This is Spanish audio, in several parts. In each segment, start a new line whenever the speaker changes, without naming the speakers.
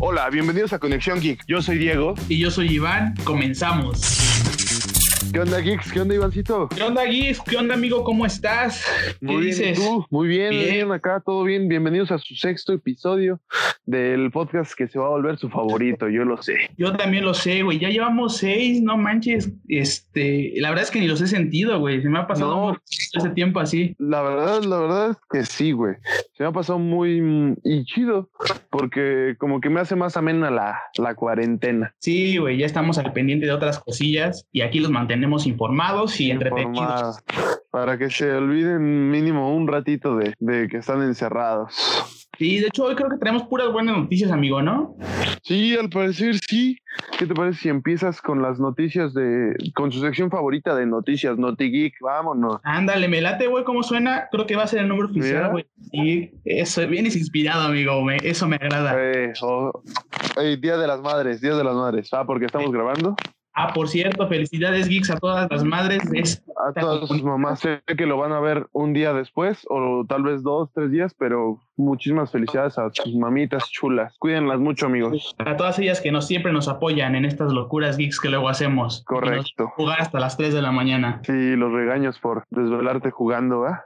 Hola, bienvenidos a Conexión Geek. Yo soy Diego.
Y yo soy Iván, comenzamos.
¿Qué onda, Geeks? ¿Qué onda, Ivancito?
¿Qué onda, Giz? ¿Qué onda, amigo? ¿Cómo estás? ¿Qué
Muy bien, ¿y
dices?
tú? Muy bien,
Bien.
bien, acá todo bien. Bienvenidos a su sexto episodio del podcast que se va a volver su favorito, yo lo sé.
Yo también lo sé, güey. Ya llevamos seis, no manches. Este, la verdad es que ni los he sentido, güey. Se me ha pasado
No.
mucho ese tiempo así.
La verdad, la verdad es que sí, güey. Se me ha pasado muy mm, y chido, porque como que me hace más amena la, la cuarentena.
Sí, güey, ya estamos al pendiente de otras cosillas y aquí los mantenemos informados y entretenidos.
Informada. Para que se olviden mínimo un ratito de, de que están encerrados.
Sí, de hecho, hoy creo que tenemos puras buenas noticias, amigo, ¿no?
Sí, al parecer sí. ¿Qué te parece si empiezas con las noticias de, con su sección favorita de noticias, NotiGeek? Vámonos.
Ándale, me late, güey, cómo suena. Creo que va a ser el número
Mira.
oficial, güey. Sí, eso, vienes inspirado, amigo. me- eso me agrada.
Eh, oh, eh, día de las Madres, Día de las Madres. Ah, porque estamos grabando.
Ah, por cierto, felicidades, geeks, a todas las madres. Es-
A todas sus mamás sé que lo van a ver un día después o tal vez dos, tres días, pero muchísimas felicidades a sus mamitas chulas. Cuídenlas mucho, amigos.
a todas ellas que nos, siempre nos apoyan en estas locuras geeks que luego hacemos. Y
Correcto.
nos Jugar hasta las 3 de la mañana.
Sí, los regaños por desvelarte jugando, ¿ah?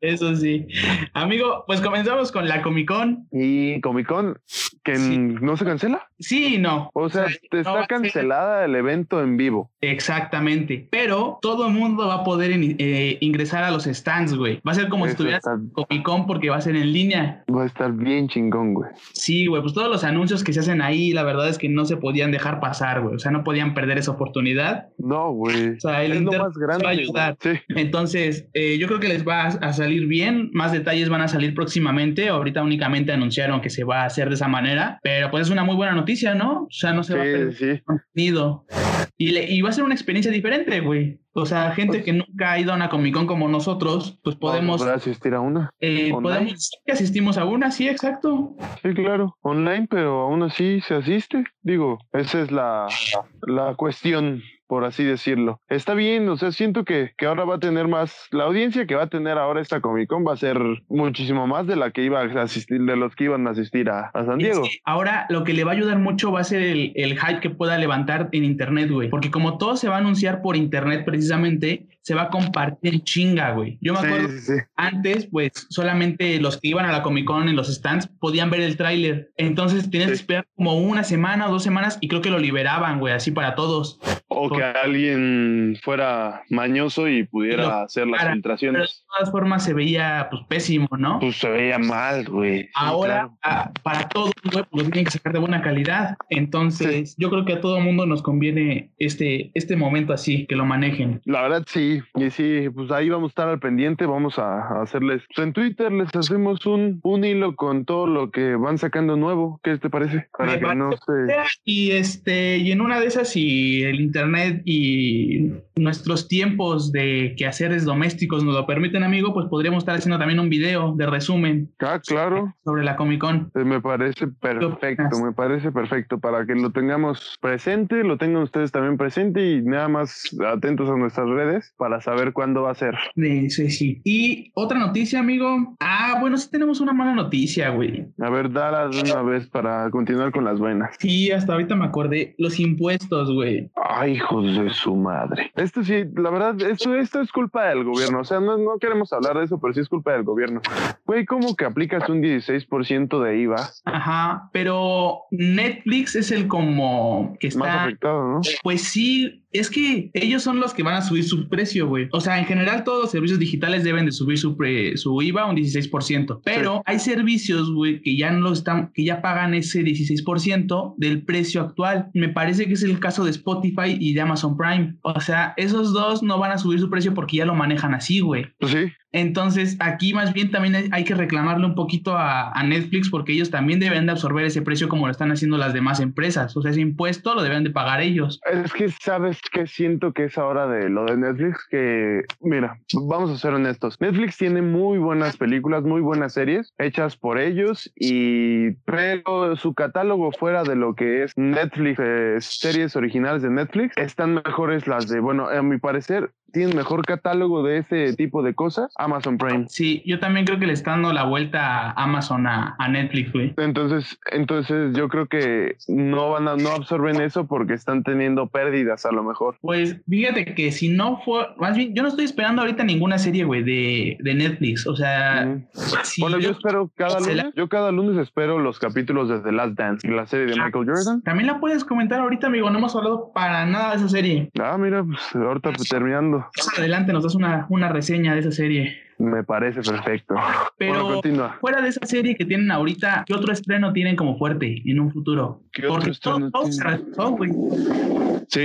Eso sí. Amigo, pues comenzamos con la Comic Con.
Y Comic Con, que
Sí.
no se cancela.
Sí y no.
O sea,
no va
está
a ser-
cancelada el evento en vivo.
Exactamente. Pero todo el mundo va a poder in- eh, ingresar a los stands, güey. Va a ser como si
Eso
estuvieras
está-
en Comic Con porque va a ser en línea.
va a estar bien chingón, güey.
Sí, güey, pues todos los anuncios que se hacen ahí, la verdad es que no se podían dejar pasar, güey. O sea, no podían perder esa oportunidad.
No, güey.
O sea, el
es lo
internet
más
se va a
grande. güey.
ayudar.
Sí,
Entonces, eh, yo creo que les va a, a salir bien. Más detalles van a salir próximamente. Ahorita únicamente anunciaron que se va a hacer de esa manera. Pero pues es una muy buena noticia, ¿no? O sea, no se va a
sí,
perder
sí.
contenido. Y, le- y va a ser una experiencia diferente, güey. O sea,
Pues
gente que nunca ha ido a una Comic Con como nosotros, pues podemos,
Vamos a asistir a una.
eh,
online.
podemos decir que asistimos a una, sí, exacto.
Sí, claro. Online, pero aún así se asiste. Digo, esa es la, la cuestión, por así decirlo. Está bien, o sea, siento que, que ahora va a tener más. La audiencia que va a tener ahora esta Comic Con va a ser muchísimo más de la que iba a asistir, de los que iban a asistir a, a San
Es
Diego.
que ahora lo que le va a ayudar mucho va a ser el, el hype que pueda levantar en internet, güey. Porque como todo se va a anunciar por internet precisamente, se va a compartir chinga, güey. Yo me acuerdo
Sí, sí, sí.
antes, pues solamente los que iban a la Comic Con en los stands podían ver el tráiler. Entonces tenías que
Sí.
esperar como una semana o dos semanas y creo que lo liberaban, güey, así para todos.
O que
Por-
alguien fuera mañoso y pudiera
Pero,
hacer las
cara, Pero de
filtraciones.
todas formas se veía pues pésimo, ¿no?
Pues se veía mal, güey. Sí,
Ahora,
claro.
a- para todos, güey, pues, lo tienen que sacar de buena calidad. Entonces, yo creo que a todo mundo nos conviene este, este momento así, que lo manejen.
La verdad sí, y sí, pues ahí vamos a estar al pendiente, vamos a, a hacerles, pues, en Twitter les hacemos un, un hilo con todo lo que van sacando nuevo, ¿qué te parece? Para
Me
que
parece
no se...
Y este, y en una de esas, si el internet y nuestros tiempos de quehaceres domésticos nos lo permiten, amigo, pues podríamos estar haciendo también un video de resumen
Ah, claro,
sobre la Comic Con.
eh, me parece perfecto,
opinas?
me parece perfecto, para que lo tengamos presente, lo tengan ustedes también presente y nada más atentos a nuestras redes para saber cuándo va a ser.
Sí, sí, sí. Y otra noticia, amigo. Ah, bueno, sí tenemos una mala noticia, güey.
A ver, dala de una vez para continuar con las buenas.
Sí, hasta ahorita me acordé. Los impuestos, güey.
Ay, hijos de su madre. Esto sí, la verdad, esto, esto es culpa del gobierno. O sea, no, no queremos hablar de eso, pero sí es culpa del gobierno. Güey, ¿cómo que aplicas un 16% de IVA?
Ajá, pero Netflix es el como que
Más
está.
afectado, ¿no?
Pues sí, es que ellos son los que van a subir su precio, güey. O sea, en general todos los servicios digitales deben de subir su, pre- su IVA un 16%, pero hay servicios, güey, que ya no están, que ya pagan ese 16% del precio actual. Me parece que es el caso de Spotify y de Amazon Prime. O sea, esos dos no van a subir su precio porque ya lo manejan así, güey.
Pues sí,
Entonces, aquí más bien también hay- hay que reclamarle un poquito a, a Netflix porque ellos también deben de absorber ese precio como lo están haciendo las demás empresas. O sea, ese impuesto lo deben de pagar ellos.
es que sabes que siento que es ahora de lo de Netflix que, mira, vamos a ser honestos. Netflix tiene muy buenas películas, muy buenas series hechas por ellos y pero su catálogo fuera de lo que es Netflix, eh, series originales de Netflix, están mejores las de, bueno, a mi parecer tienen mejor catálogo de ese tipo de cosas Amazon Prime.
Sí, yo también creo que le están dando la vuelta a Amazon a, a Netflix, güey.
Entonces, entonces yo creo que no van a, no absorben eso porque están teniendo pérdidas a lo mejor.
Pues fíjate que si no fue, más bien, yo no estoy esperando ahorita ninguna serie, güey, de, de Netflix. O sea,
Mm. bueno, yo, espero cada
se
lunes,
la-
yo cada lunes espero los capítulos de The Last Dance y la serie
Ah.
de Michael Jordan.
También la puedes comentar ahorita, amigo. No hemos hablado para nada de esa serie.
Ah, mira, pues ahorita pues, terminando.
Más adelante nos das una, una reseña de esa serie.
Me parece perfecto.
Pero
Bueno, continúa.
fuera de esa serie que tienen ahorita, ¿qué otro estreno tienen como fuerte en un futuro?
¿Qué otro
Porque todo,
estreno
todo se
tienen?
retrasó, güey.
Sí,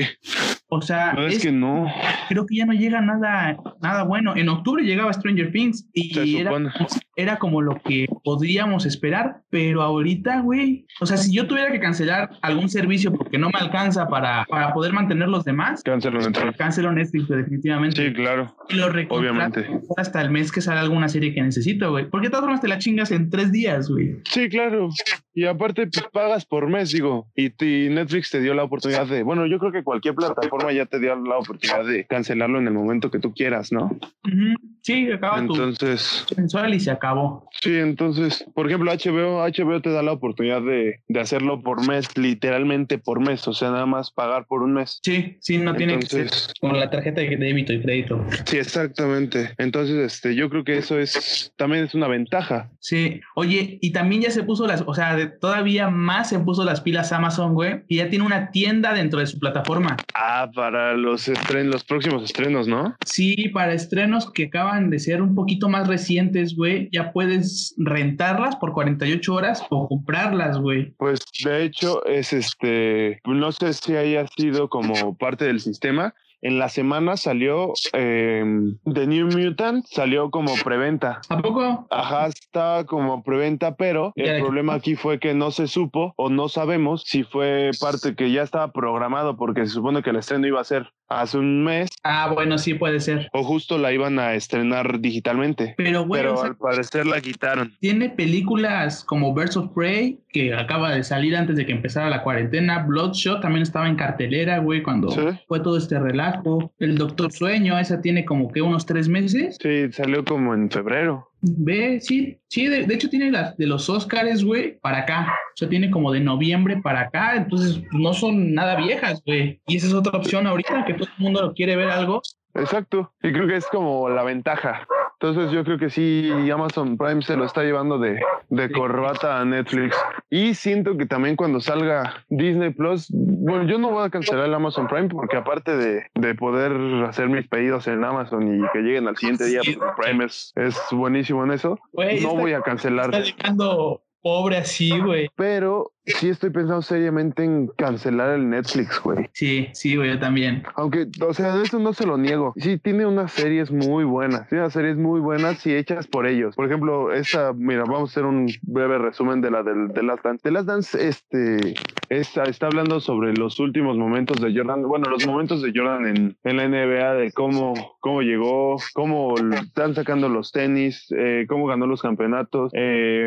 O sea,
no es
es-
que no.
creo que ya no llega nada, nada bueno. En octubre llegaba Stranger Things
Se
y era,
supone.
era como lo que podríamos esperar, pero ahorita, güey, o sea, si yo tuviera que cancelar algún servicio porque no me alcanza para, para poder mantener los demás,
Cancelo Netflix.
cancelo Netflix, güey, definitivamente.
Sí, claro,
Y lo recontrato
obviamente.
hasta el mes que sale alguna serie que necesito, güey. Porque de todas formas te la chingas en tres días, güey.
Sí, claro. Y aparte pues, pagas por mes, digo. Y, ti- Netflix te dio la oportunidad de, bueno, yo creo que cualquier plataforma ya te dio la oportunidad de cancelarlo en el momento que tú quieras, ¿no?
Ujú. Sí, acaba
Entonces,
tu mensual y se acabó.
sí, entonces, por ejemplo, HBO, HBO te da la oportunidad de, de hacerlo por mes, literalmente por mes, o sea, nada más pagar por un mes.
Sí, sí, no tiene que ser
Entonces,
con la tarjeta de débito y crédito.
sí, exactamente. Entonces, este, yo creo que eso es, también es una ventaja.
Sí, oye, y también ya se puso las, o sea, de- todavía más se puso las pilas Amazon, güey, y ya tiene una tienda dentro de su plataforma.
Ah, para los estrenos, los próximos estrenos, ¿no?
Sí, para estrenos que acaban de ser un poquito más recientes, güey, ya puedes rentarlas por 48 horas o comprarlas, güey.
Pues de hecho es este, no sé si haya sido como parte del sistema. En la semana salió eh, The New Mutant, salió como preventa.
¿A poco?
Ajá, está como preventa, pero
Ya.
el problema aquí fue que no se supo o no sabemos si fue parte que ya estaba programado porque se supone que el estreno iba a ser hace un mes
Ah, bueno, sí puede ser.
o justo la iban a estrenar digitalmente.
Pero, güey, o
Pero
sea,
al parecer la quitaron.
tiene películas como Birds of Prey, que acaba de salir antes de que empezara la cuarentena. Bloodshot también estaba en cartelera, güey, cuando
Sí.
fue todo este relajo. El Doctor Sueño, esa tiene como que unos tres meses.
Sí, salió como en febrero.
Ve, sí, sí, de, de hecho tiene las de los Oscars, güey, para acá. O sea, tiene como de noviembre para acá, entonces no son nada viejas, güey. Y esa es otra opción ahorita, que todo el mundo lo quiere ver algo.
Exacto. Y creo que es como la ventaja. Entonces yo creo que sí, Amazon Prime se lo está llevando de, de corbata a Netflix. Y siento que también cuando salga Disney Plus, bueno, yo no voy a cancelar el Amazon Prime porque aparte de, de poder hacer mis pedidos en Amazon y que lleguen al siguiente día,
Sí.
porque Prime es, es buenísimo en eso,
Güey,
no
está-
voy a cancelar.
está dejando pobre así, güey.
Pero sí estoy pensando seriamente en cancelar el Netflix, güey.
Sí, sí, güey, yo también.
Aunque, o sea, eso no se lo niego. Sí, tiene unas series muy buenas. Tiene unas series muy buenas y hechas por ellos. Por ejemplo, esta, mira, vamos a hacer un breve resumen de la del de Last Dance. The Last Dance, este, esta, está hablando sobre los últimos momentos de Jordan. Bueno, los momentos de Jordan en, en la NBA, de cómo, cómo llegó, cómo l- están sacando los tenis, eh, cómo ganó los campeonatos, eh,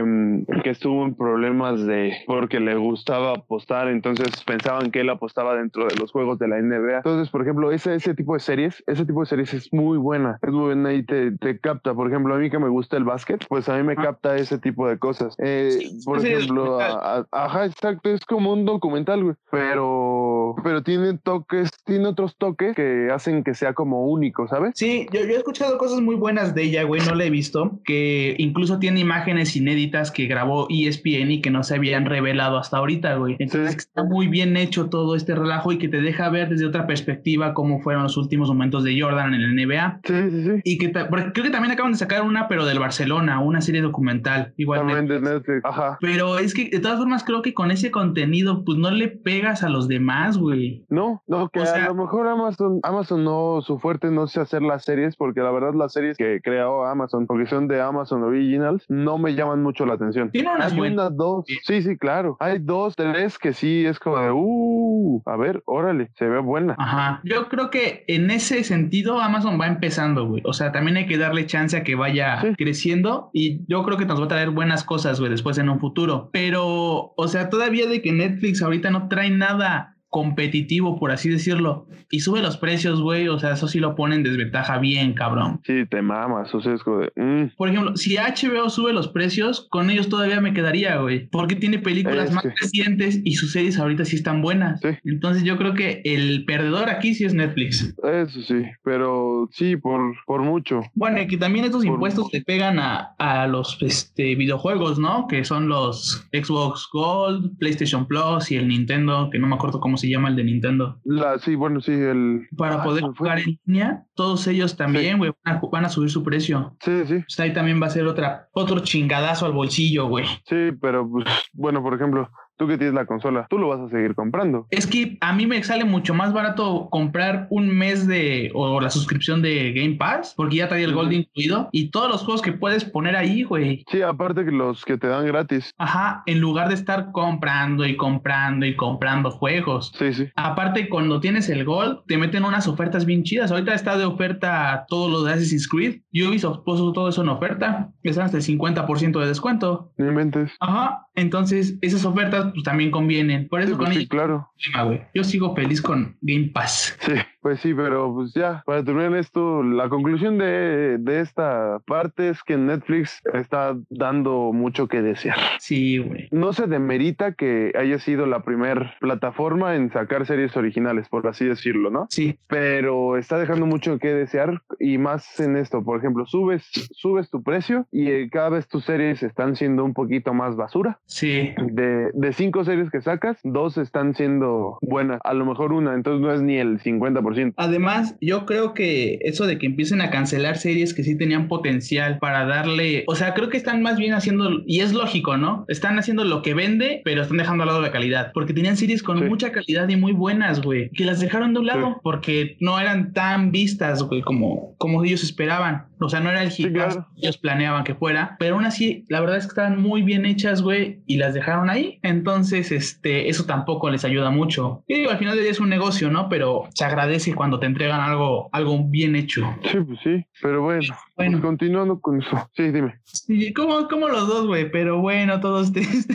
que estuvo en problemas de porque le gustaba apostar, entonces pensaban que él apostaba dentro de los juegos de la NBA. Entonces, por ejemplo, ese, ese tipo de series, ese tipo de series es muy buena, es muy buena y te, te capta. Por ejemplo, a mí que me gusta el básquet, pues a mí me
Ajá.
capta ese tipo de cosas. Eh,
Ah. Sí,
por
es el
ejemplo,
documental.
a- a- ajá, exacto, es como un documental, güey, pero, pero tiene toques, tiene otros toques que hacen que sea como único, ¿sabes?
Sí, yo, yo he escuchado cosas muy buenas de ella, güey, no la he visto, que incluso tiene imágenes inéditas que grabó E ESPN y que no se habían revelado hasta ahorita, güey. Entonces
Sí.
que está muy bien hecho todo este relajo y que te deja ver desde otra perspectiva cómo fueron los últimos momentos de Jordan en el NBA.
Sí, sí, sí.
Y que ta- porque creo que también acaban de sacar una, pero del Barcelona, una serie documental,
También
igualmente.
de Netflix. Ajá.
Pero es que de todas formas creo que con ese contenido, pues no le pegas a los demás, güey.
No, no, que
O sea-
a lo mejor Amazon, Amazon no, su fuerte no sé hacer las series, porque la verdad las series que creó Amazon, porque son de Amazon Originals, no me llaman mucho la atención.
Tiene unas
Hay
buenas.
unas dos, sí, sí, claro. Hay dos, tres que sí es como de, uh, a ver, órale, se ve buena.
Ajá. Yo creo que en ese sentido Amazon va empezando, güey. O sea, también hay que darle chance a que vaya
Sí.
creciendo y yo creo que nos va a traer buenas cosas, güey, después en un futuro. Pero, o sea, todavía de que Netflix ahorita no trae nada competitivo, por así decirlo, y sube los precios, güey, o sea, eso sí lo pone en desventaja bien, cabrón.
Sí, te mamas, o sea, es como de, mm.
Por ejemplo, si HBO sube los precios, con ellos todavía me quedaría, güey, porque tiene películas
Es
más
que-
recientes y sus series ahorita sí están buenas.
Sí.
Entonces yo creo que el perdedor aquí sí es Netflix.
Eso sí, pero sí, por, por mucho.
Bueno, y que también estos
Por-
impuestos le pegan a, a los este, videojuegos, ¿no? Que son los Xbox Gold, PlayStation Plus y el Nintendo, que no me acuerdo cómo se llama el de Nintendo.
La, sí, bueno, sí, el...
Para
Ah,
poder
se me fue.
jugar en línea, todos ellos también, güey, van, a- van a subir su precio.
Sí, sí,
O sea, ahí también va a ser otra, otro chingadazo al bolsillo, güey.
sí, pero pues, bueno, por ejemplo, tú que tienes la consola, tú lo vas a seguir comprando.
Es que a mí me sale mucho más barato comprar un mes de o la suscripción de Game Pass, porque ya trae el Gold
Ujú.
incluido y todos los juegos que puedes poner ahí, güey.
Sí, aparte que los que te dan gratis.
Ajá, en lugar de estar comprando y comprando y comprando juegos.
Sí, sí.
Aparte, cuando tienes el Gold, te meten unas ofertas bien chidas. Ahorita está de oferta todo lo de Assassin's Creed. Ubisoft puso todo eso en oferta. Están hasta el 50% de descuento.
No inventes.
Ajá, entonces esas ofertas pues también convienen. Por
Sí,
eso
pues,
con
sí,
ello-
claro.
Ah, güey, yo sigo feliz con Game Pass.
Sí, pues sí, pero pues ya, para terminar esto, la conclusión de, de esta parte es que Netflix está dando mucho que desear.
Sí, güey.
No se demerita que haya sido la primera plataforma en sacar series originales, por así decirlo, ¿no?
Sí,
pero está dejando mucho que desear y más en esto, por ejemplo, subes subes tu precio y eh, cada vez tus series están siendo un poquito más basura.
sí.
De, de cinco series que sacas, dos están siendo buenas, a lo mejor una, entonces no es ni el 50%.
Además, yo creo que eso de que empiecen a cancelar series que sí tenían potencial para darle, o sea, creo que están más bien haciendo, y es lógico, ¿no? Están haciendo lo que vende, pero están dejando al lado la calidad, porque tenían series con
Sí.
mucha calidad y muy buenas, güey, que las dejaron de un lado
Sí.
porque no eran tan vistas, güey, como, como ellos esperaban. O sea, no era el hit
claro.
que ellos planeaban que fuera, pero aún así, la verdad es que estaban muy bien hechas, güey, y las dejaron ahí. Entonces, este, eso tampoco les ayuda mucho. Y digo, al final del día es un negocio, ¿no? Pero se agradece cuando te entregan algo, algo bien hecho.
Sí, pues sí, pero bueno, pues
Bueno,
continuando con eso. Sí, dime.
sí, como, como los dos, güey, pero bueno, todos tristes.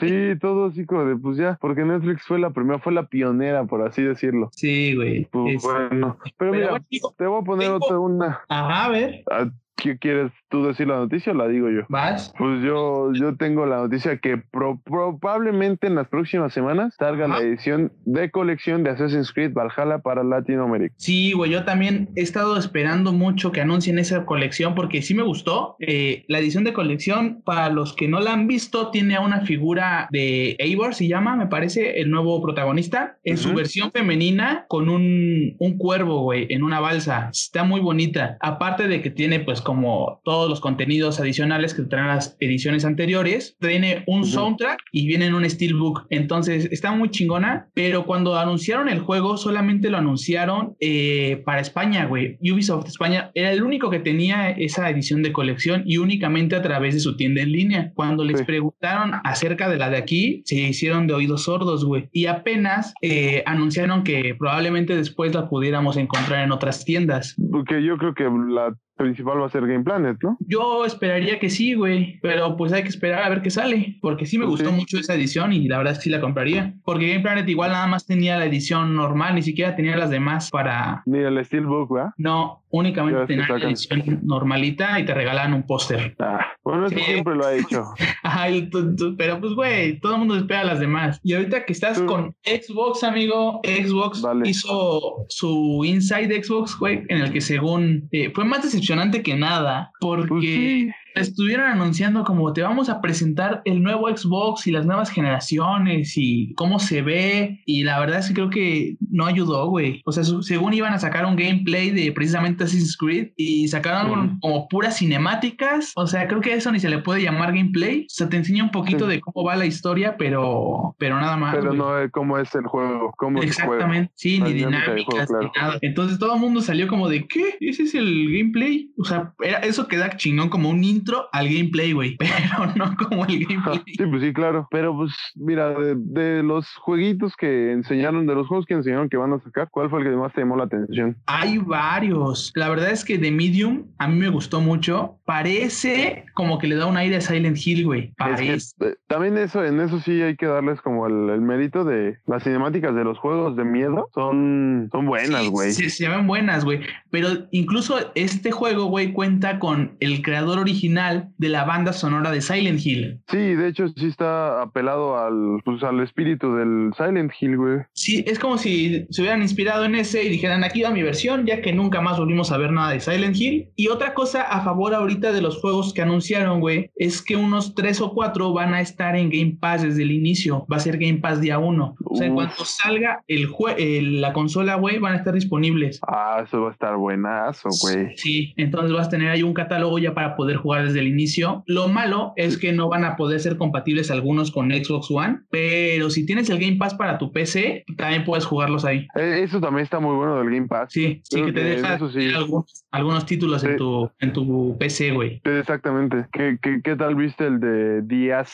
Sí, todo así como de, pues ya, porque Netflix fue la primera, fue la pionera, por así decirlo.
sí, güey. este,
Pues
es-
bueno, pero
pero
mira,
bueno, digo,
te voy a poner
tengo-
otra una.
ajá, a ver,
Ah, ¿Qué quieres tú decir la noticia o la digo yo?
vas.
Pues yo, yo tengo la noticia que pro- probablemente en las próximas semanas salga la
Ajá.
edición de colección de Assassin's Creed Valhalla para Latinoamérica.
Sí, güey, yo también he estado esperando mucho que anuncien esa colección porque sí me gustó. Eh, la edición de colección, para los que no la han visto, tiene a una figura de Eivor, se llama, me parece, el nuevo protagonista, en su
Ujú.
versión femenina con un, un cuervo, güey, en una balsa. Está muy bonita. Aparte de que tiene, pues, como todos los contenidos adicionales que traen las ediciones anteriores, tiene un
Ujú.
soundtrack y viene en un steelbook. Entonces está muy chingona, pero cuando anunciaron el juego solamente lo anunciaron eh, para España, güey. Ubisoft España era el único que tenía esa edición de colección y únicamente a través de su tienda en línea. Cuando les
Sí.
preguntaron acerca de la de aquí, se hicieron de oídos sordos, güey. Y apenas eh, anunciaron que probablemente después la pudiéramos encontrar en otras tiendas.
Porque yo creo que la principal va a ser Game Planet, ¿no?
Yo esperaría que sí, güey, pero pues hay que esperar a ver qué sale, porque sí me
Pues
gustó
sí.
mucho esa edición y la verdad es que sí la compraría, porque Game Planet igual nada más tenía la edición normal, ni siquiera tenía las demás para...
Ni el Steelbook, ¿verdad?
No, únicamente
Ya ves que
tenía la
sacan.
edición normalita y te regalaban un póster.
Ah, bueno, eso
Sí.
siempre lo ha hecho.
Ay, tú- tú- pero pues, güey, todo el mundo espera las demás. Y ahorita que estás
Sí.
con Xbox, amigo, Xbox
Vale.
hizo su Inside Xbox, güey, en el que según... eh, fue más decepcionante que nada, porque...
Pues sí,
estuvieron anunciando como te vamos a presentar el nuevo Xbox y las nuevas generaciones y cómo se ve y la verdad es que creo que no ayudó, güey. O sea, su- según iban a sacar un gameplay de precisamente Assassin's Creed y sacaron
Ujú.
como puras cinemáticas, o sea, creo que a eso ni se le puede llamar gameplay. O sea, te enseña un poquito
Sí.
de cómo va la historia, pero pero nada más.
pero
güey.
no es cómo es el juego, cómo se juega.
ah, pues Exactamente, sí,
La
ni
dinámica
dinámicas,
del juego,
ni
claro.
nada. Entonces todo el mundo salió como de, ¿qué? ¿Ese es el gameplay? O sea, era, eso queda chingón como un intro al gameplay, güey, pero no como el gameplay.
Sí, pues sí, claro. Pero pues, mira, de, de los jueguitos que enseñaron, de los juegos que enseñaron que van a sacar, ¿cuál fue el que más te llamó la atención?
Hay varios. La verdad es que The Medium a mí me gustó mucho. Parece como que le da un aire a Silent Hill, güey. Parece.
Es que, eh, también eso, en eso sí hay que darles como el, el mérito de las cinemáticas de los juegos de miedo. Son, son buenas,
Sí,
güey.
Se, se ven buenas, güey. Pero incluso este juego, güey, cuenta con el creador original de la banda sonora de Silent Hill.
Sí, de hecho sí está apelado al, pues, al espíritu del Silent Hill, güey.
Sí, es como si se hubieran inspirado en ese y dijeran, aquí va mi versión, ya que nunca más volvimos a ver nada de Silent Hill. Y otra cosa a favor ahorita de los juegos que anunciaron, güey, es que unos tres o cuatro van a estar en Game Pass desde el inicio. Va a ser Game Pass día uno. O sea, en
Uf.
cuanto salga el jue- el- la consola, güey, van a estar disponibles.
Ah, eso va a estar buenazo, Ah, güey.
Sí, entonces vas a tener ahí un catálogo ya para poder jugar desde el inicio. Lo malo es que no van a poder ser compatibles algunos con Xbox One, pero si tienes el Game Pass para tu PC, también puedes jugarlos ahí.
Eh, Eso también está muy bueno del Game Pass.
Sí, sí,
Creo
que te
que
deja
eso sí.
tener algunos, algunos títulos en
Sí.
tu, en tu PC, güey.
Sí, Exactamente. ¿Qué, qué, qué tal viste el de Díaz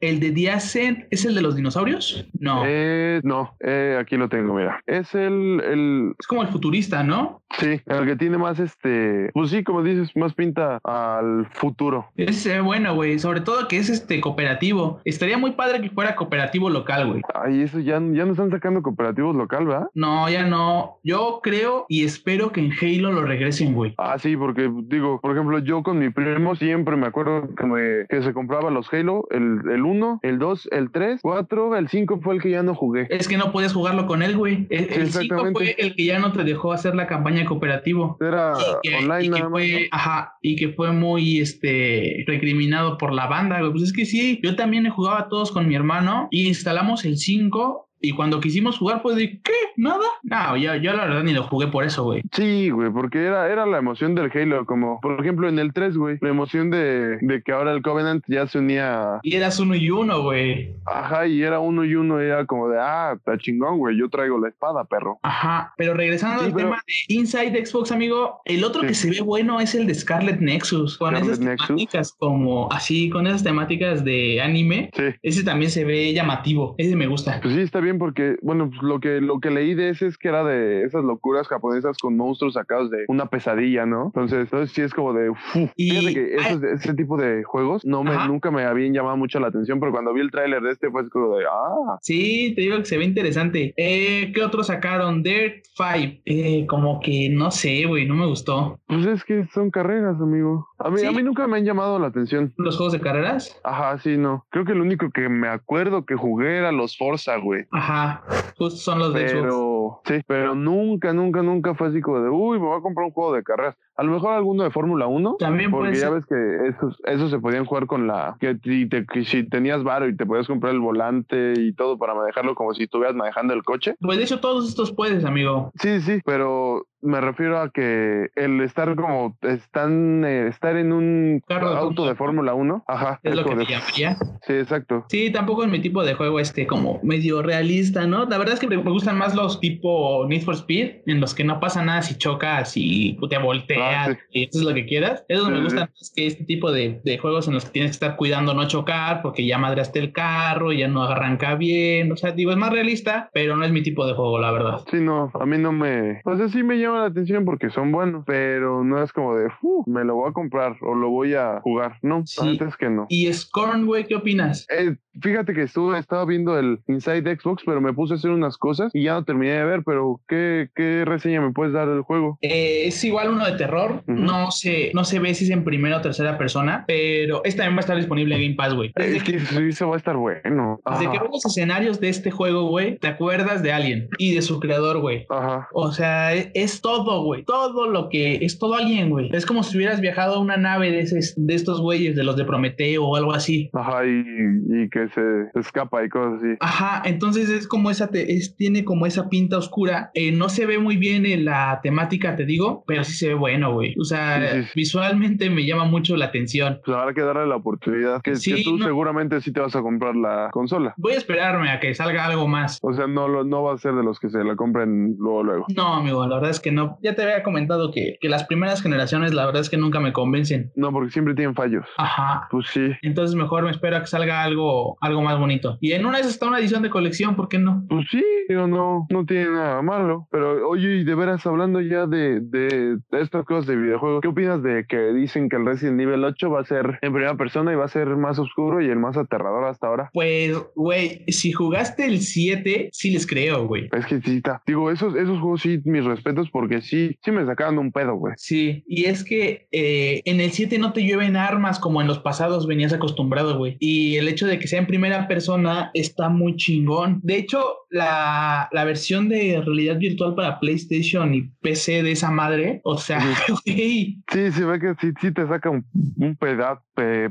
¿El de The Ascent es el de los dinosaurios? No.
Eh, no, eh, aquí lo tengo, mira. Es el, el,
Es como el futurista, ¿no?
sí, el que tiene más este, pues sí, como dices, más pinta al futuro.
Ese es bueno, güey. Sobre todo que es este cooperativo. Estaría muy padre que fuera cooperativo local, güey.
Ay, eso ya, ya no están sacando cooperativos local, ¿verdad?
No, ya no. Yo creo y espero que en Halo lo regresen, güey.
Ah, sí, porque digo, por ejemplo, yo con mi primo siempre me acuerdo que, me- que se compraba los Halo, el, el 1, el 2, el 3, 4, el 5 fue el que ya no jugué.
Es que no podías jugarlo con él, güey. El,
Sí,
el cinco
exactamente.
fue el que ya no te dejó hacer la campaña de cooperativo.
Era
Y que,
online
y que
nada más.
fue,
¿no?
ajá, y que fue muy este recriminado por la banda, güey. Pues es que sí, yo también he jugado a todos con mi hermano y instalamos el 5 y cuando quisimos jugar fue de ¿qué? ¿Nada? No, yo, yo la verdad ni lo jugué por eso, güey.
Sí, güey, porque era, era la emoción del Halo, como por ejemplo en el 3, güey, la emoción de, de que ahora el Covenant ya se unía a-
Y eras uno y uno, güey.
Ajá, y era uno y uno, era como de, ah, está chingón, güey, yo traigo la espada, perro.
Ajá, pero regresando
Sí,
al
pero-
tema de Inside Xbox, amigo, el otro
Sí.
que se ve bueno es el de Scarlet Nexus, con
Scarlet
esas
Nexus.
temáticas como así, con esas temáticas de anime.
Sí.
Ese también se ve llamativo, ese me gusta.
Pues sí, está bien porque, bueno, pues lo que, lo que leí de ese es que era de esas locuras japonesas con monstruos sacados de una pesadilla, ¿no? Entonces, entonces sí es como de... uf.
Y-
Fíjate que
ay.
esos- ese tipo de juegos no me,
Ajá.
nunca me habían llamado mucho la atención, pero cuando vi el tráiler de este fue así como de, ah,
Sí, te digo que se ve interesante. Eh, ¿Qué otro sacaron? Dirt 5. Eh, como que no sé, güey, no me gustó.
pues es que son carreras, amigo. A mí,
Sí.
a mí nunca me han llamado la atención.
¿Los juegos de carreras?
Ajá, sí, no. Creo que el único que me acuerdo que jugué era los Forza, güey.
Ajá, justo son los de Xbox.
Pero, sí, pero nunca, nunca, nunca fue así como de, uy, me voy a comprar un juego de carreras. A lo mejor alguno de Fórmula 1,
También puede
Porque ya
ser.
ves que esos, esos se podían jugar con la. Que si, te, que si tenías varo y te podías comprar el volante y todo para manejarlo como si estuvieras manejando el coche.
Pues de hecho, todos estos puedes, amigo.
Sí, sí, pero me refiero a que el estar como. Están, eh, estar en un
Carro de
auto de Fórmula 1. Ajá.
Es lo que
como
me
de-
llamaría.
Sí, exacto.
Sí, tampoco es mi tipo de juego este como medio realista, ¿no? La verdad es que me me gustan más los tipo Need for Speed, en los que no pasa nada si chocas y te volteas,
Ah,
y eso es lo que quieras. Esos
Sí,
me
sí,
gustan más que este tipo de, de juegos en los que tienes que estar cuidando no chocar porque ya madraste el carro, ya no arranca bien. O sea, digo, es más realista, pero no es mi tipo de juego, la verdad.
Sí, no, a mí no me. O sea, sí me llama la atención porque son buenos, pero no es como de, "Uh, me lo voy a comprar o lo voy a jugar. No,
Sí.
antes que no.
Y Scorn, güey, ¿qué opinas?
Eh, fíjate que estuve, estaba viendo el Inside Xbox, pero me puse a hacer unas cosas y ya no terminé de ver, pero ¿qué, qué reseña me puedes dar del juego?
Eh, es igual uno de terror.
Ujú.
No sé, no se ve si es en primera o tercera persona, pero este también va a estar disponible en Game Pass, güey. Desde
Es que sí, se va a estar bueno.
Desde que
Ajá,
ves los escenarios de este juego, güey, te acuerdas de Alien y de su creador, güey.
ajá.
O sea, e- es, todo, güey. Todo lo que es todo Alien, güey. Es como si hubieras viajado a una nave de, esos- de estos güeyes, de los de Prometeo o algo así.
Ajá, y, y que se escapa y cosas así.
Ajá, entonces es como esa, te- es- tiene como esa pinta oscura. Eh, no se ve muy bien en la temática, te digo, pero sí se ve bueno, bueno, güey. O sea, sí, sí, sí. visualmente me llama mucho la atención.
Pues habrá que darle la oportunidad. Que, que tú no... seguramente sí te vas a comprar la consola.
Voy a esperarme a que salga algo más.
O sea, no, lo, no va a ser de los que se la compren luego, luego.
No, amigo, la verdad es que no. Ya te había comentado que, que las primeras generaciones, la verdad es que nunca me convencen.
No, porque siempre tienen fallos.
Ajá.
Pues sí.
Entonces mejor me espero a que salga algo, algo más bonito. Y en una de esas está una edición de colección, ¿por qué no?
Pues sí, digo, no, no tiene nada malo. Pero oye, y de veras, hablando ya de, de, de estas cosas de videojuegos, ¿qué opinas de que dicen que el Resident Evil 8 va a ser en primera persona y va a ser más oscuro y el más aterrador hasta ahora?
Pues, güey, si jugaste el 7, sí les creo, güey.
Es que sí, está. digo, esos, esos juegos sí, mis respetos, porque sí, sí me sacaban un pedo, güey.
Sí, y es que eh, en el 7 no te llueven armas como en los pasados venías acostumbrado, güey. Y el hecho de que sea en primera persona está muy chingón. De hecho, la, la versión de realidad virtual para PlayStation y PC de esa madre, o sea,
Sí, se sí, ve que sí, sí te saca un, un pedazo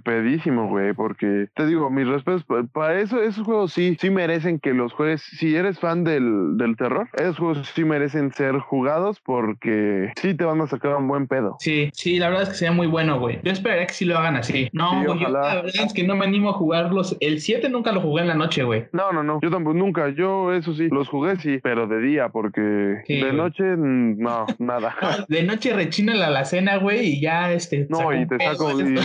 pedísimo, güey, porque te digo, mis respetos, para eso, esos juegos sí, sí merecen que los juegues, si eres fan del, del terror, esos juegos sí merecen ser jugados porque sí te van a sacar un buen pedo.
Sí, sí, la verdad es que sea muy bueno, güey. Yo esperaría que sí lo hagan así. No, güey, sí, yo la verdad es que no me animo a jugarlos. El 7 nunca lo jugué en la noche, güey.
No, no, no, yo tampoco, nunca, yo eso sí, los jugué sí, pero de día, porque sí, de wey. noche, no, nada.
No, de noche rechina la alacena, güey, y ya este.
No, y te saco. Y,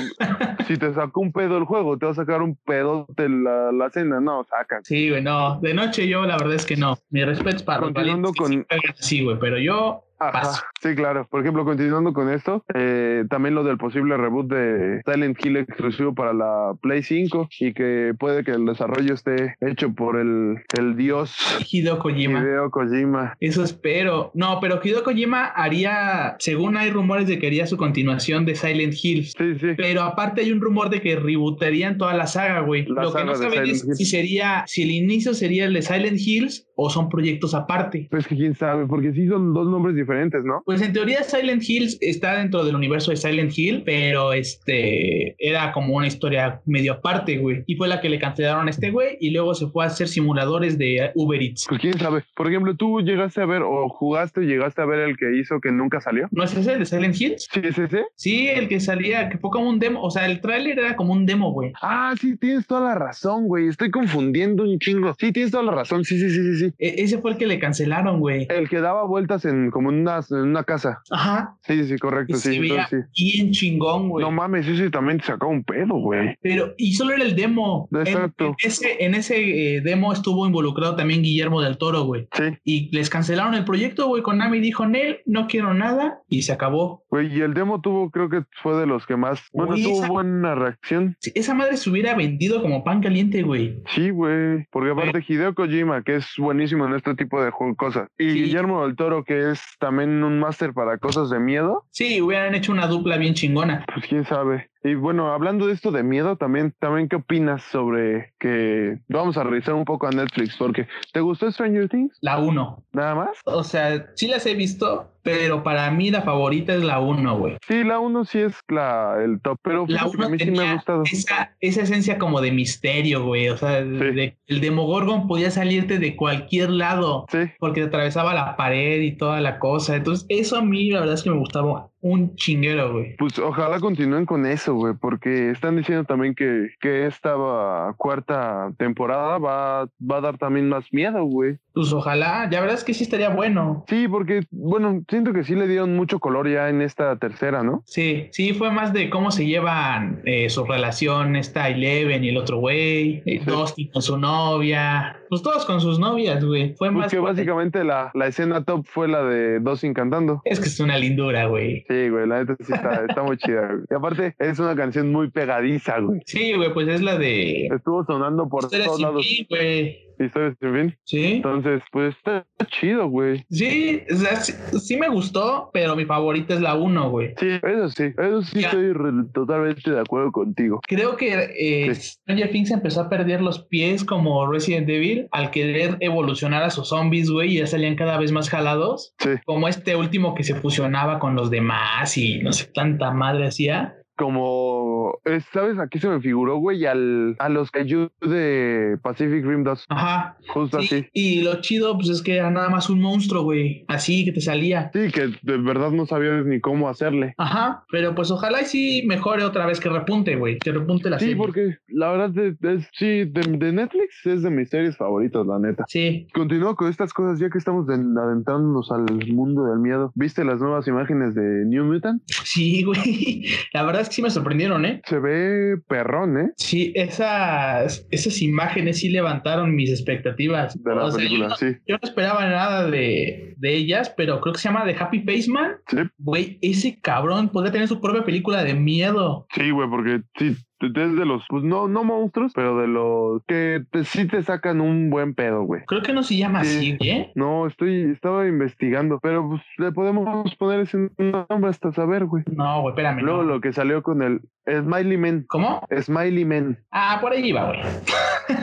si te sacó un pedo el juego, te va a sacar un pedo de la, la cena. No, saca.
Sí, güey, no. De noche yo la verdad es que no. Mi respeto para los valientes con... sí, güey, pero yo Paso.
Sí, claro. Por ejemplo, continuando con esto, eh, también lo del posible reboot de Silent Hill exclusivo para la Play 5 y que puede que el desarrollo esté hecho por el, el dios
Hideo Kojima.
Hideo Kojima.
Eso espero. No, pero Hideo Kojima haría, según hay rumores de que haría su continuación de Silent Hill.
Sí, sí.
Pero aparte hay un rumor de que rebootarían toda la saga, güey. La lo que no saben es Hill. si sería, si el inicio sería el de Silent Hills o son proyectos aparte.
Pues que quién sabe, porque sí son dos nombres diferentes. ¿no?
Pues en teoría Silent Hills está dentro del universo de Silent Hill, pero este era como una historia medio aparte, güey. Y fue la que le cancelaron a este güey y luego se fue a hacer simuladores de Uber Eats.
Pues quién sabe. Por ejemplo, tú llegaste a ver o jugaste, llegaste a ver el que hizo que nunca salió.
¿No es ese de Silent Hills?
Sí, es ese.
Sí, el que salía, que fue como un demo. O sea, el tráiler era como un demo, güey.
Ah, sí, tienes toda la razón, güey. Estoy confundiendo un chingo. Sí, tienes toda la razón. Sí, sí, sí, sí. sí.
E ese fue el que le cancelaron, güey.
El que daba vueltas en como un una, una, casa.
Ajá.
Sí, sí, correcto.
Se
sí,
veía entonces, sí. bien chingón, güey.
No mames, ese también te sacó un pedo, güey.
Pero, y solo era el demo.
Exacto.
En, en ese, en ese eh, demo estuvo involucrado también Guillermo del Toro, güey.
Sí.
Y les cancelaron el proyecto, güey. Konami dijo, Nel, no quiero nada. Y se acabó.
Güey, y el demo tuvo, creo que fue de los que más. Bueno, güey, tuvo esa, buena reacción.
Esa madre se hubiera vendido como pan caliente, güey.
Sí, güey. Porque aparte, güey. Hideo Kojima, que es buenísimo en este tipo de cosas. Y sí. Guillermo del Toro, que es también también un máster para cosas de miedo.
Sí, hubieran hecho una dupla bien chingona.
Pues quién sabe. Y bueno, hablando de esto de miedo, también, también qué opinas sobre que vamos a revisar un poco a Netflix, porque ¿te gustó Stranger Things?
La 1.
¿Nada más?
O sea, sí las he visto, pero para mí la favorita es la 1, güey.
Sí, la 1 sí es la, el top, pero
la uno Pues a mí sí me ha gustado. Esa, esa esencia como de misterio, güey. O sea, sí. de, el Demogorgon podía salirte de cualquier lado.
Sí.
Porque atravesaba la pared y toda la cosa. Entonces, eso a mí la verdad es que me gustaba un chinguero, güey.
Pues ojalá continúen con eso, güey, porque están diciendo también que, que esta va, cuarta temporada va, va a dar también más miedo, güey.
Pues ojalá, ya verás que sí estaría bueno.
Sí, porque, bueno, siento que sí le dieron mucho color ya en esta tercera, ¿no?
Sí, sí, fue más de cómo se llevan eh, su relación, esta Eleven y el otro güey, sí. Dusty con su novia, pues todos con sus novias, güey. Fue más.
Porque básicamente la, la escena top fue la de Dustin cantando.
Es que es una lindura, güey.
Sí, güey, la neta sí está, está muy chida, güey. Y aparte, es una canción muy pegadiza, güey.
Sí, güey, pues es la de.
Estuvo sonando por todos lados.
Mí, güey.
Historias sin fin.
Sí.
Entonces, pues está chido, güey.
Sí, o sea, sí, sí, me gustó, pero mi favorita es la 1, güey.
Sí, eso sí, eso sí ya. estoy totalmente de acuerdo contigo.
Creo que eh, sí. Stranger Things empezó a perder los pies como Resident Evil al querer evolucionar a sus zombies, güey, y ya salían cada vez más jalados.
Sí.
Como este último que se fusionaba con los demás y no sé, tanta madre hacía.
como, eh, ¿sabes? Aquí se me figuró, güey, al, a los Kaiju de Pacific Rim 2.
Ajá.
Justo
Sí,
así.
y lo chido, pues es que era nada más un monstruo, güey. Así que te salía.
Sí, que de verdad no sabías ni cómo hacerle.
Ajá. Pero pues ojalá y sí mejore otra vez, que repunte, güey. Que repunte la
Sí,
serie.
porque la verdad es, es- sí, de, de Netflix es de mis series favoritas, la neta.
Sí.
Continúo con estas cosas ya que estamos de- adentrándonos al mundo del miedo. ¿Viste las nuevas imágenes de New Mutant?
Sí, güey. La verdad es que sí me sorprendieron, ¿eh?
Se ve perrón, ¿eh?
Sí, esas, esas imágenes sí levantaron mis expectativas.
De la
O sea, yo,
película,
no,
sí.
yo no esperaba nada de, de ellas, pero creo que se llama The Happy Face Man.
Sí.
Güey, ese cabrón podría tener su propia película de miedo.
Sí, güey, porque sí, es de los, pues no, no monstruos, pero de los que te- sí te sacan un buen pedo, güey.
Creo que no se llama
Sí.
así, ¿eh?
No, estoy, estaba investigando, pero pues le podemos poner ese nombre hasta saber, güey.
No, güey, espérame.
Luego
no.
lo que salió con el Smiley Man,
¿Cómo?
Smiley Man.
Ah, por ahí iba, güey.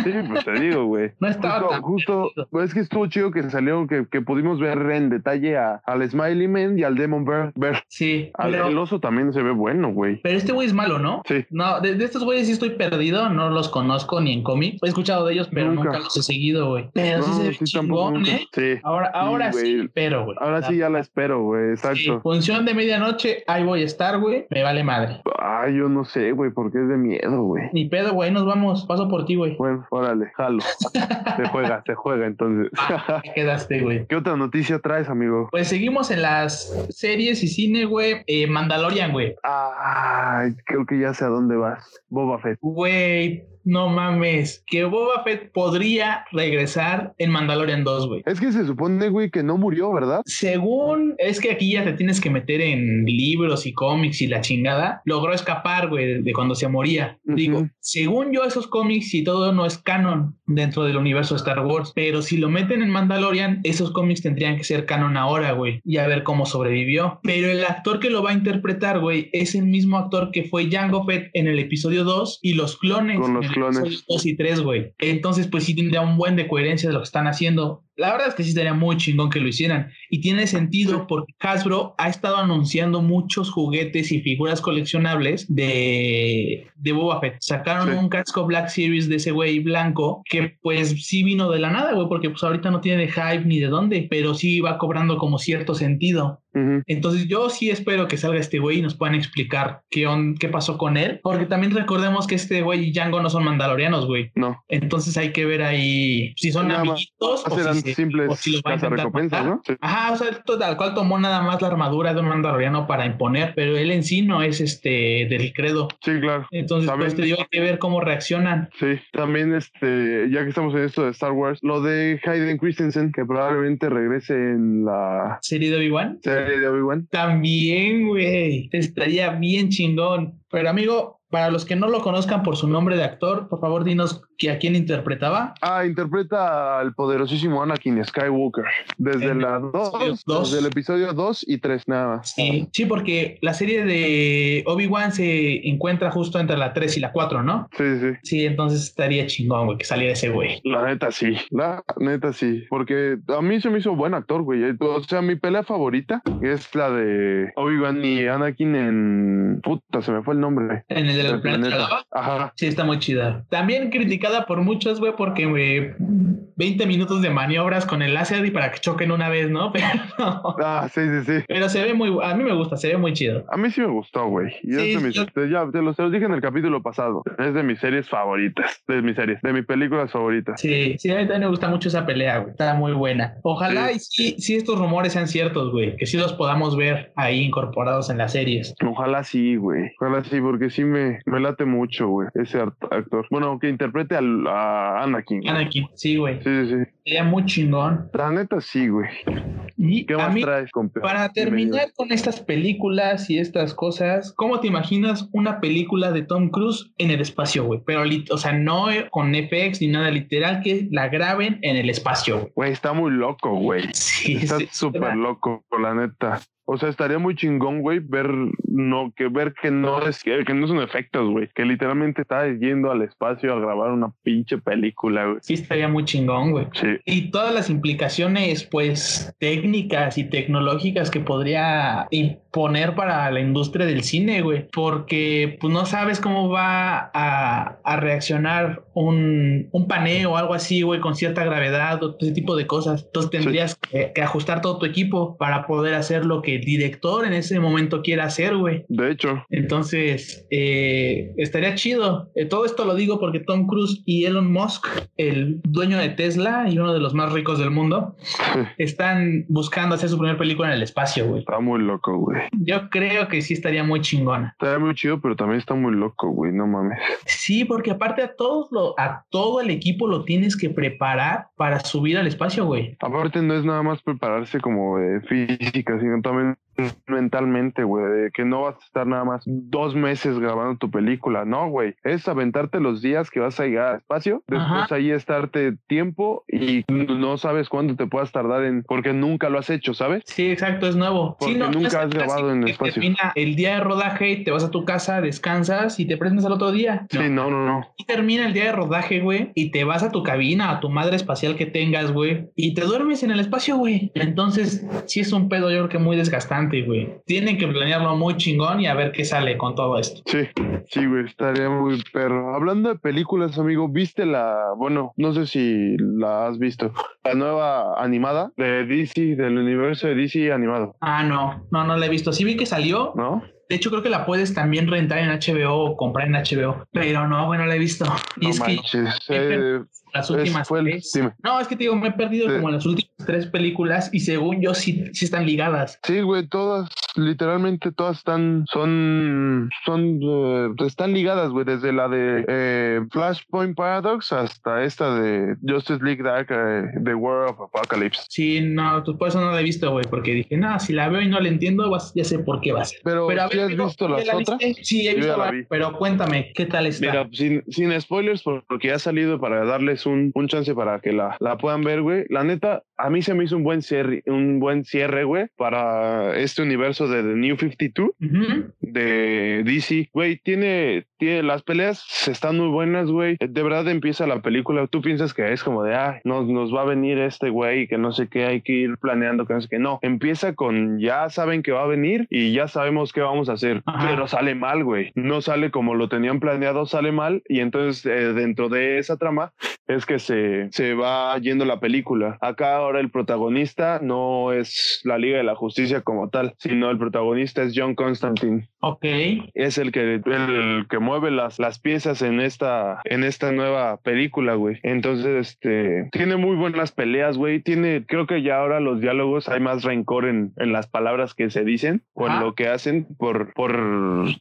Sí, pues te digo, güey.
No estaba
Justo,
tan
justo,
perdido.
pues, es que estuvo chido que salió, que, que pudimos ver en detalle a, al Smiley Man y al Demon Bear. Bear.
Sí,
Al-
pero,
el oso también se ve bueno, güey.
pero este güey es malo, ¿no?
Sí.
No, de, de estos güeyes sí estoy perdido, no los conozco ni en cómics. He escuchado de ellos, pero nunca,
Nunca.
los he seguido, güey. Pero sí
No,
se ve
tampoco
chingón,
nunca.
¿eh?
Sí.
Ahora, ahora sí,
güey.
pero, güey.
Ahora sí ya la espero, güey,
Sí,
exacto.
función de medianoche, ahí voy a estar, güey. Me vale madre.
Ay, yo no sé, güey, porque es de miedo, güey.
Ni pedo, güey, nos vamos. Paso por ti, güey.
Bueno, órale, jalo. Se juega, se juega entonces.
Te quedaste, güey.
¿Qué otra noticia traes, amigo?
Pues seguimos en las series y cine, güey. Eh, Mandalorian, güey.
Ay, creo que ya sé a dónde vas. Boba Fett.
Güey, no mames. Que Boba Fett podría regresar en Mandalorian 2, güey.
Es que se supone, güey, que no murió, ¿verdad?
Según es que aquí ya te tienes que meter en libros y cómics y la chingada, logró escapar, güey, de cuando se moría.
Ujú.
Digo, según yo, esos cómics y todo no es canon dentro del universo de Star Wars, pero si lo meten en Mandalorian, esos cómics tendrían que ser canon ahora, güey, y a ver cómo sobrevivió. Pero el actor que lo va a interpretar, güey, es el mismo actor que fue Jango Fett en el episodio 2 y los clones.
Con los
en el
clones.
episodio 2 y 3, güey. Entonces, pues sí tendría un buen de coherencia de lo que están haciendo. La verdad es que sí estaría muy chingón que lo hicieran. Y tiene sentido porque Hasbro ha estado anunciando muchos juguetes y figuras coleccionables de, de Boba Fett. Sacaron
Sí.
un casco Black Series de ese güey blanco que pues sí vino de la nada, güey, porque pues ahorita no tiene de hype ni de dónde, pero sí va cobrando como cierto sentido.
Ujú.
Entonces yo sí espero que salga este güey y nos puedan explicar qué, on- qué pasó con él. Porque también recordemos que este güey y Django no son mandalorianos, güey.
No,
Entonces hay que ver ahí si son
Nada más.
amiguitos o
serán
si, se- o
simples
si lo va a intentar
cazarrecompensas,
matar.
¿no? Sí.
Ajá, o sea, to- tal cual tomó nada más la armadura de un mandaloriano para imponer, pero él en sí no es este del credo.
sí, claro.
Entonces,
También-
pues te digo, hay que ver cómo reaccionan.
Sí, también este, ya que estamos en esto de Star Wars, lo de Hayden Christensen, que probablemente regrese en la
¿Sería de Obi-Wan?
serie de Obi-Wan.
También, güey. Estaría bien chingón. Pero amigo, para los que no lo conozcan por su nombre de actor, por favor dinos que a quién interpretaba.
Ah, interpreta al poderosísimo Anakin Skywalker desde
En
la
episodio
2,
dos.
desde el episodio 2 y 3 nada más.
Sí, Eh, sí, porque la serie de Obi-Wan se encuentra justo entre la 3 y la 4, ¿no?
Sí, sí.
Sí, entonces estaría chingón, güey, que saliera ese güey.
La neta sí, la neta sí, porque a mí se me hizo buen actor, güey. O sea, mi pelea favorita es la de Obi-Wan y Anakin en puta, se me fue el nombre.
En el de la
Del
planeta Lava.
Ajá.
Sí, está muy chida. También criticada por muchos, güey, porque güey, 20 minutos de maniobras con el láser y para que choquen una vez, ¿no? Pero,
Ah, sí, sí, sí.
pero se ve muy, a mí me gusta, se ve muy chido.
A mí sí me gustó, güey. Y es
Sí,
de mis-
yo-
te- ya te los, te los dije en el capítulo pasado. Es de mis series favoritas. De mis series, de mis películas favoritas.
Sí, sí, a mí también me gusta mucho esa pelea, güey. Está muy buena. Ojalá
Sí.
y sí, sí estos rumores sean ciertos, güey. Que sí los podamos ver ahí incorporados en las series.
Ojalá sí, güey. Ojalá sí, porque sí me, me late mucho, güey. Ese art- actor. Bueno, que interprete al, a Anakin. güey.
Anakin, sí, güey.
Sí, sí, sí.
Sería muy chingón.
La neta sí, güey.
Y
¿Qué
a
más
mí,
traes, compa?
para
Dime,
terminar con estas películas y estas cosas, ¿cómo te imaginas una película de Tom Cruise en el espacio, güey? Pero, lit- o sea, no eh, con FX ni nada literal, que la graben en el espacio, güey.
dime. Güey, está muy loco, güey.
Sí,
Está
sí,
súper
suena-
loco, la neta. O sea, estaría muy chingón, güey, ver no que ver que no es que, que no son efectos, güey, que literalmente está yendo al espacio a grabar una pinche película, güey.
Sí, estaría muy chingón, güey.
Sí.
Y todas las implicaciones, pues, técnicas y tecnológicas que podría im- poner para la industria del cine, güey, porque pues no sabes cómo va a, a reaccionar un, un paneo o algo así, güey, con cierta gravedad o ese tipo de cosas. Entonces tendrías sí. que, que, ajustar todo tu equipo para poder hacer lo que el director en ese momento quiera hacer, güey.
De hecho.
Entonces, eh, estaría chido. Eh, todo esto lo digo porque Tom Cruise y Elon Musk, el dueño de Tesla y uno de los más ricos del mundo, sí. están buscando hacer su primera película en el espacio, güey.
Está muy loco, güey.
Yo creo que sí estaría muy chingona.
Estaría muy chido, pero también está muy loco, güey, no mames.
Sí, porque aparte a todos lo, a todo el equipo lo tienes que preparar para subir al espacio, güey.
Aparte no es nada más prepararse como eh, física, sino también mentalmente, güey, que no vas a estar nada más dos meses grabando tu película, no, güey, es aventarte los días que vas a llegar al espacio, después Ajá. ahí estarte tiempo y no sabes cuándo te puedas tardar en, porque nunca lo has hecho, ¿sabes?
Sí, exacto, es nuevo.
Porque
sí,
no, nunca no has grabado en el espacio.
Termina el día de rodaje, te vas a tu casa, descansas y te prendes al otro día.
No. Sí, no, no, no.
Y termina el día de rodaje, güey, y te vas a tu cabina, a tu madre espacial que tengas, güey, y te duermes en el espacio, güey. Entonces, sí es un pedo, yo creo que muy desgastante. Wey. Tienen que planearlo muy chingón y a ver qué sale con todo esto.
Sí, sí, güey, estaría muy perro. Hablando de películas, amigo, ¿viste la, bueno, no sé si la has visto, la nueva animada de DC, del universo de DC animado?
Ah, no, no, no la he visto. Sí vi que salió.
¿No?
De hecho, creo que la puedes también rentar en HBO o comprar en HBO. Pero no, bueno, la he visto. Y
no
es
manches,
que eh, las últimas
fue el,
tres. Dime. No, es que te digo, me he perdido sí. como las últimas tres películas y según yo sí, sí están ligadas.
Sí, güey, todas, literalmente todas están, son, son, uh, están ligadas, güey, desde la de eh, Flashpoint Paradox hasta esta de Justice League Dark, uh, The War of Apocalypse.
Sí, no, pues por eso no la he visto, güey, porque dije, no, si la veo y no la entiendo, ya sé por qué va a ser.
Pero,
pero a
ver, Oh, has visto las
la
otras?
Viste? Sí, he visto la vi. pero cuéntame, ¿qué tal está?
Mira, sin, sin spoilers, porque ha salido para darles un, un chance para que la, la puedan ver, güey. La neta, a mí se me hizo un buen cierre, un buen cierre, güey, para este universo de The New 52 uh -huh. de DC. Güey, tiene, tiene, las peleas están muy buenas, güey. Eh, De verdad empieza la película. Tú piensas que es como de, ah, nos, nos va a venir este güey, que no sé qué, hay que ir planeando, que no sé qué. No, empieza con ya saben que va a venir y ya sabemos qué vamos a hacer, Ajá. pero sale mal, güey. No sale como lo tenían planeado, sale mal. Y entonces eh, dentro de esa trama es que se, se va yendo la película. Acá ahora el protagonista no es la Liga de la Justicia como tal, sino el protagonista es John Constantine.
Ok.
Es el que, el, el que mueve las, las piezas en esta, en esta nueva película, güey. Entonces, este, tiene muy buenas peleas, güey. Tiene, creo que ya ahora los diálogos hay más rencor en, en las palabras que se dicen o en ah. lo que hacen por, por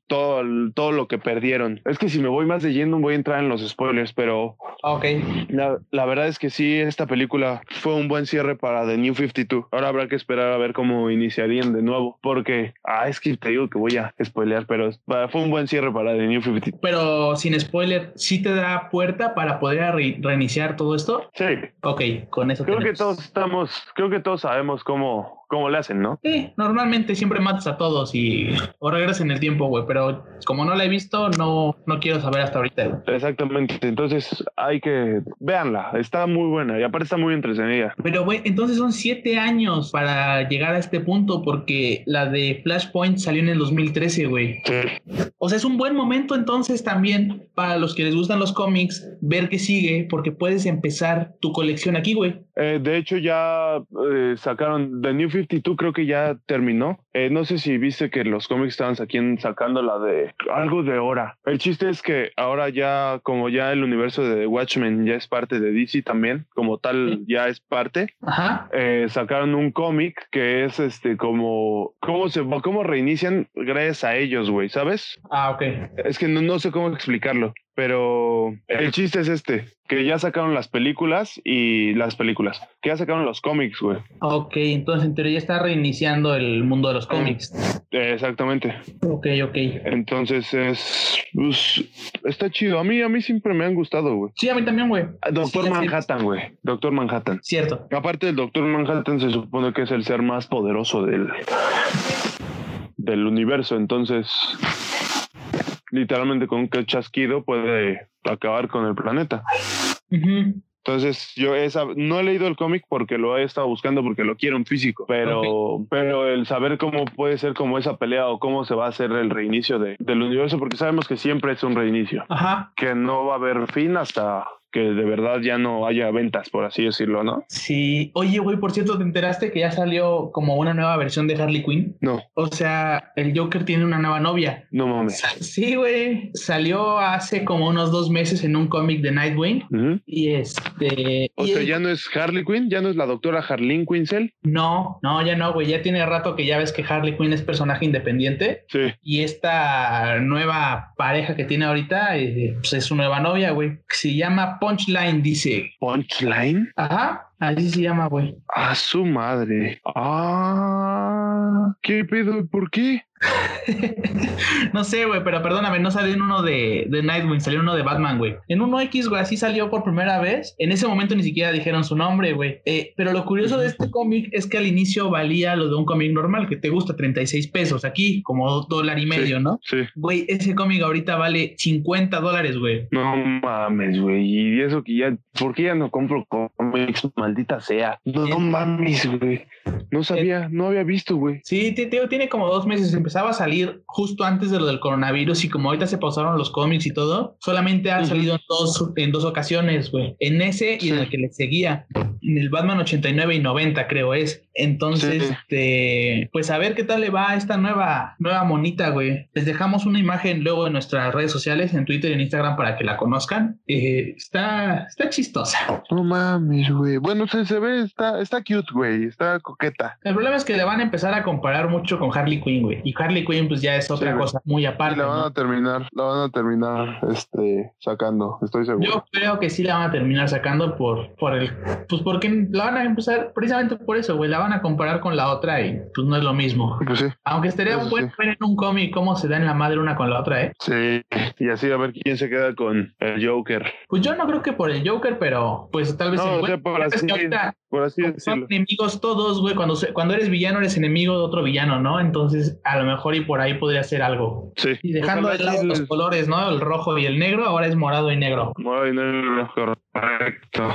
todo, todo lo que perdieron. Es que si me voy más de lleno voy a entrar en los spoilers, pero...
Ok.
La, la verdad es que sí, esta película fue un buen cierre para The New 52. Ahora habrá que esperar a ver cómo iniciarían de nuevo, porque, ah, es que te digo que voy a spoilear, pero fue un buen cierre para The New 52.
Pero sin spoiler, ¿sí te da puerta para poder re reiniciar todo esto?
Sí.
Ok, con eso.
Creo tenemos. que todos estamos, creo que todos sabemos cómo, cómo le hacen, ¿no?
Sí, normalmente siempre matas a todos y o regresas en el tiempo, güey, pero como no la he visto, no, no quiero saber hasta ahorita. Güey.
Exactamente, entonces hay que, véanla, está muy buena y aparte está muy entretenida.
Pero, güey, entonces son siete años para llegar a este punto porque la de Flashpoint salió en el 2013, güey.
Sí.
O sea, es un buen momento entonces también para los que les gustan los cómics ver qué sigue porque puedes empezar tu colección aquí, güey.
Eh, de hecho, ya eh, sacaron The New 52 creo que ya terminó. Eh, no sé si viste que los cómics estaban sacando la de algo de hora. El chiste es que ahora ya, como ya el universo de Watchmen ya es parte de DC también, como tal ya es parte,
Ajá.
Eh, sacaron un cómic que es este como cómo se cómo reinician gracias a ellos, güey, ¿sabes?
Ah, ok.
Es que no, no sé cómo explicarlo. Pero el chiste es este, que ya sacaron las películas y las películas, que ya sacaron los cómics, güey.
Ok, entonces en teoría está reiniciando el mundo de los cómics.
Exactamente.
Ok, ok.
Entonces es pues, está chido. A mí a mí siempre me han gustado, güey.
Sí, a mí también, güey.
Ah, Doctor
sí,
Manhattan, güey. Sí. Doctor Manhattan.
Cierto.
Aparte del Doctor Manhattan se supone que es el ser más poderoso del del universo, entonces literalmente con un chasquido puede acabar con el planeta.
Uh -huh.
Entonces, yo esa, no he leído el cómic porque lo he estado buscando porque lo quiero en físico, pero, okay. pero el saber cómo puede ser como esa pelea o cómo se va a hacer el reinicio de, del universo, porque sabemos que siempre es un reinicio,
Ajá.
que no va a haber fin hasta que de verdad ya no haya ventas, por así decirlo, ¿no?
Sí. Oye, güey, por cierto, ¿te enteraste que ya salió como una nueva versión de Harley Quinn?
No.
O sea, el Joker tiene una nueva novia.
No mames.
Sí, güey. Salió hace como unos dos meses en un cómic de Nightwing. Uh -huh. Y este...
O
y
sea, el... ¿ya no es Harley Quinn? ¿Ya no es la doctora Harleen Quinzel?
No, no, ya no, güey. Ya tiene rato que ya ves que Harley Quinn es personaje independiente.
Sí.
Y esta nueva pareja que tiene ahorita, eh, pues es su nueva novia, güey. Que se llama Punchline, dice.
¿Punchline?
Ajá. Así se llama, güey.
A su madre. Ah, ¿qué pedo? ¿Por qué?
no sé, güey, pero perdóname, no salió en uno de, de Nightwing, salió en uno de Batman, güey. En uno X, güey, así salió por primera vez. En ese momento ni siquiera dijeron su nombre, güey. Eh, pero lo curioso de este cómic es que al inicio valía lo de un cómic normal, que te gusta 36 pesos. Aquí, como dólar y medio,
sí,
¿no?
Sí.
Güey, ese cómic ahorita vale 50 dólares, güey.
No mames, güey. Y eso que ya, ¿por qué ya no compro cómics, maldita sea. No, no mames, güey. No
Eh.
sabía, no había visto, güey.
Sí, tío, tiene como dos meses. Empezaba a salir justo antes de lo del coronavirus y como ahorita se pausaron los cómics y todo, solamente ha salido en dos, en dos ocasiones, güey. En ese y en el que le seguía. En el Batman 89 y 90, creo es. Entonces, sí. este, pues a ver qué tal le va a esta nueva, nueva monita, güey. Les dejamos una imagen luego en nuestras redes sociales, en Twitter y en Instagram para que la conozcan. Eh, está, está chistosa.
No mames, güey. Bueno, se, se ve, está, está cute, güey. Está coqueta.
El problema es que le van a empezar a comparar mucho con Harley Quinn, güey. Y Harley Quinn, pues ya es otra sí, cosa muy aparte.
La van ¿no? a terminar, la van a terminar este, sacando, estoy seguro.
Yo creo que sí la van a terminar sacando por, por el. Pues porque la van a empezar, precisamente por eso, güey. La van a comparar con la otra y pues no es lo mismo.
Pues sí,
Aunque estaría bueno sí. ver en un cómic cómo se dan la madre una con la otra, ¿eh?
Sí, y así a ver quién se queda con el Joker.
Pues yo no creo que por el Joker, pero pues tal vez.
No, se por así, ahorita, por así
son enemigos todos, güey. Cuando, cuando eres villano, eres enemigo de otro villano, ¿no? Entonces, a lo mejor y por ahí podría ser algo.
Sí.
Y dejando de lado los colores, ¿no? El rojo y el negro, ahora es morado y negro.
Morado y negro, correcto.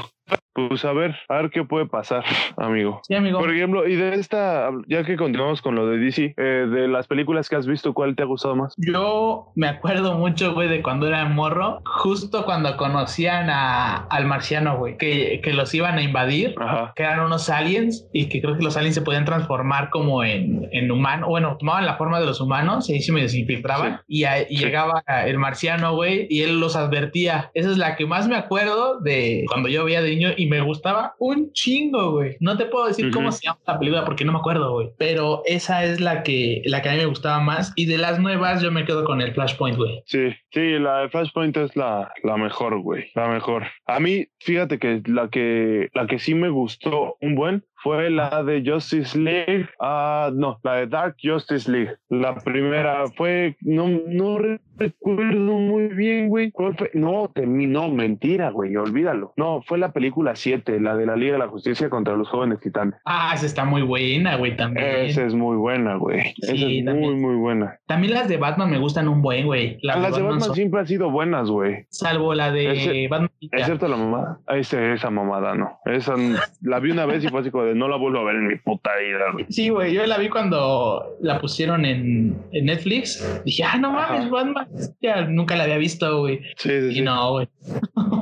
Pues a ver, a ver qué puede pasar, amigo.
Sí, amigo.
Por ejemplo, y de esta, ya que continuamos con lo de DC, eh, de las películas que has visto, ¿cuál te ha gustado más?
Yo me acuerdo mucho, güey, de cuando era morro, justo cuando conocían a, al marciano, güey, que, que, los iban a invadir,
Ajá.
que eran unos aliens y que creo que los aliens se podían transformar como en, en humano, bueno, tomaban la forma de los humanos, se me desinfiltraban sí. y, a, y sí. llegaba el marciano, güey, y él los advertía. Esa es la que más me acuerdo de cuando yo veía de niño y me gustaba un chingo, güey. No te puedo decir uh -huh. cómo se llama la película porque no me acuerdo, güey. Pero esa es la que, la que a mí me gustaba más. Y de las nuevas, yo me quedo con el Flashpoint, güey.
Sí, sí, la de Flashpoint es la, la mejor, güey. La mejor. A mí, fíjate que la que, la que sí me gustó un buen fue la de Justice League, ah uh, no, la de Dark Justice League. La primera fue, no, no recuerdo muy bien, güey. No, terminó, mentira, güey, olvídalo. No, fue la película 7, la de la Liga de la Justicia contra los jóvenes titanes.
Ah, esa está muy buena, güey, también.
Esa es muy buena, güey. esa sí, es también. muy, muy buena.
También las de Batman me gustan un buen, güey.
Las, Ah, las de Batman, son... siempre han sido buenas, güey.
Salvo la de Ese, Batman.
Excepto la mamada. Ese, esa mamada, no. Esa, la vi una vez y fue así como de no la vuelvo a ver en mi puta vida, güey.
Sí, güey, yo la vi cuando la pusieron en, en Netflix. Dije, ah, no mames, Batman. Ya nunca la había visto, güey.
Sí, sí,
y
sí.
no, güey.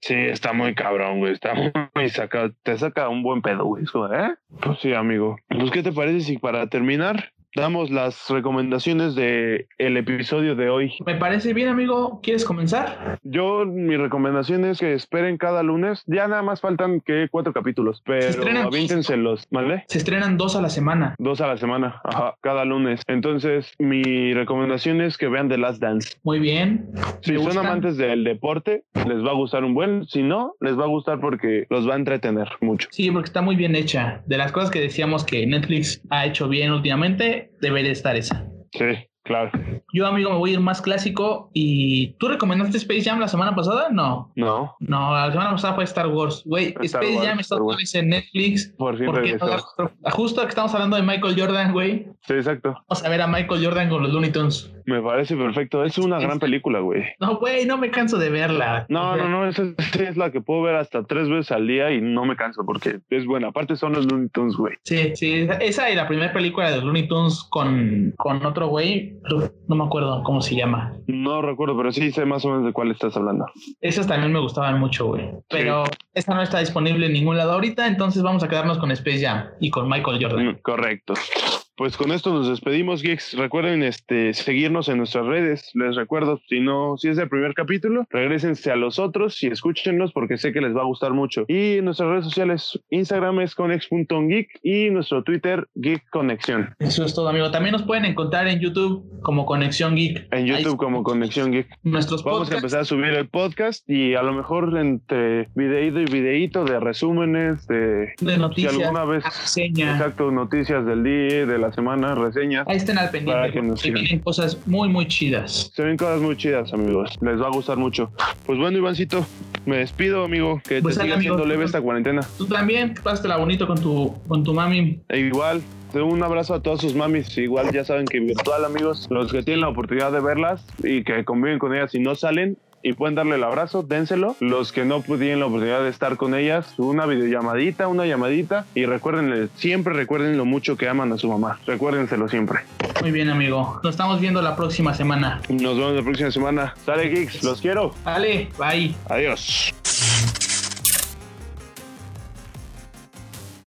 sí, está muy cabrón, güey. Está muy sacado. Te saca un buen pedo, güey. ¿eh? Pues sí, amigo. Pues, ¿qué te parece si para terminar damos las recomendaciones de el episodio de hoy.
Me parece bien, amigo. ¿Quieres comenzar?
Yo, mi recomendación es que esperen cada lunes. Ya nada más faltan que cuatro capítulos, pero avíntenselos, ¿vale?
Se estrenan dos a la semana.
Dos a la semana, ajá, cada lunes. Entonces, mi recomendación es que vean The Last Dance.
Muy bien.
Si son gustan? amantes del deporte, les va a gustar un buen. Si no, les va a gustar porque los va a entretener mucho.
Sí, porque está muy bien hecha. De las cosas que decíamos que Netflix ha hecho bien últimamente, debería estar esa.
Sí, claro.
Yo, amigo, me voy a ir más clásico y tú recomendaste Space Jam la semana pasada? No.
No.
No, la semana pasada fue Star Wars. Güey, Space Wars, Jam está otra vez en Netflix.
Por fin
¿Por qué no la... Justo que estamos hablando de Michael Jordan, güey.
Sí, exacto.
Vamos a ver a Michael Jordan con los Looney Tunes.
Me parece perfecto. Es una gran película, güey.
No, güey, no me canso de verla.
No, no, no. Esa es, es la que puedo ver hasta tres veces al día y no me canso porque es buena. Aparte son los Looney Tunes, güey.
Sí, sí. Esa es la primera película de los Looney Tunes con, con otro güey. No me acuerdo cómo se llama.
No recuerdo, pero sí sé más o menos de cuál estás hablando.
Esas también me gustaban mucho, güey. Pero sí. esa no está disponible en ningún lado ahorita, entonces vamos a quedarnos con Space Jam y con Michael
Mm.
Jordan.
Correcto. Pues con esto nos despedimos, geeks. Recuerden este, seguirnos en nuestras redes. Les recuerdo, si no, si es el primer capítulo, regresense a los otros y escúchenlos porque sé que les va a gustar mucho. Y nuestras redes sociales, Instagram es conex.geek y nuestro Twitter, Geek Conexión.
Eso es todo, amigo. También nos pueden encontrar en YouTube como Conexión Geek.
En YouTube Ahí... como Conexión Geek.
Nuestros
Vamos podcasts. a empezar a subir el podcast y a lo mejor entre videíto y videíto de resúmenes, de,
de noticias,
si alguna vez,
reseña.
exacto, noticias del día, de la semana, reseñas.
Ahí estén al pendiente.
Para que nos
se vienen cosas muy, muy chidas.
Se vienen cosas muy chidas, amigos. Les va a gustar mucho. Pues bueno, Ivancito, me despido, amigo. Que
Pues
te
sale,
siga
amigo.
siendo leve esta cuarentena.
Tú también, pásatela bonito con tu, con tu mami.
E igual, un abrazo a todas sus mamis. Igual ya saben que virtual, amigos, los que tienen la oportunidad de verlas y que conviven con ellas y no salen. Y pueden darle el abrazo, dénselo. Los que no tienen la oportunidad de estar con ellas, una videollamadita, una llamadita. Y recuérdenle, siempre recuerden lo mucho que aman a su mamá. Recuérdenselo siempre.
Muy bien, amigo. Nos estamos viendo la próxima semana.
Nos vemos la próxima semana. Sale, Geeks. Los quiero.
Vale, bye.
Adiós.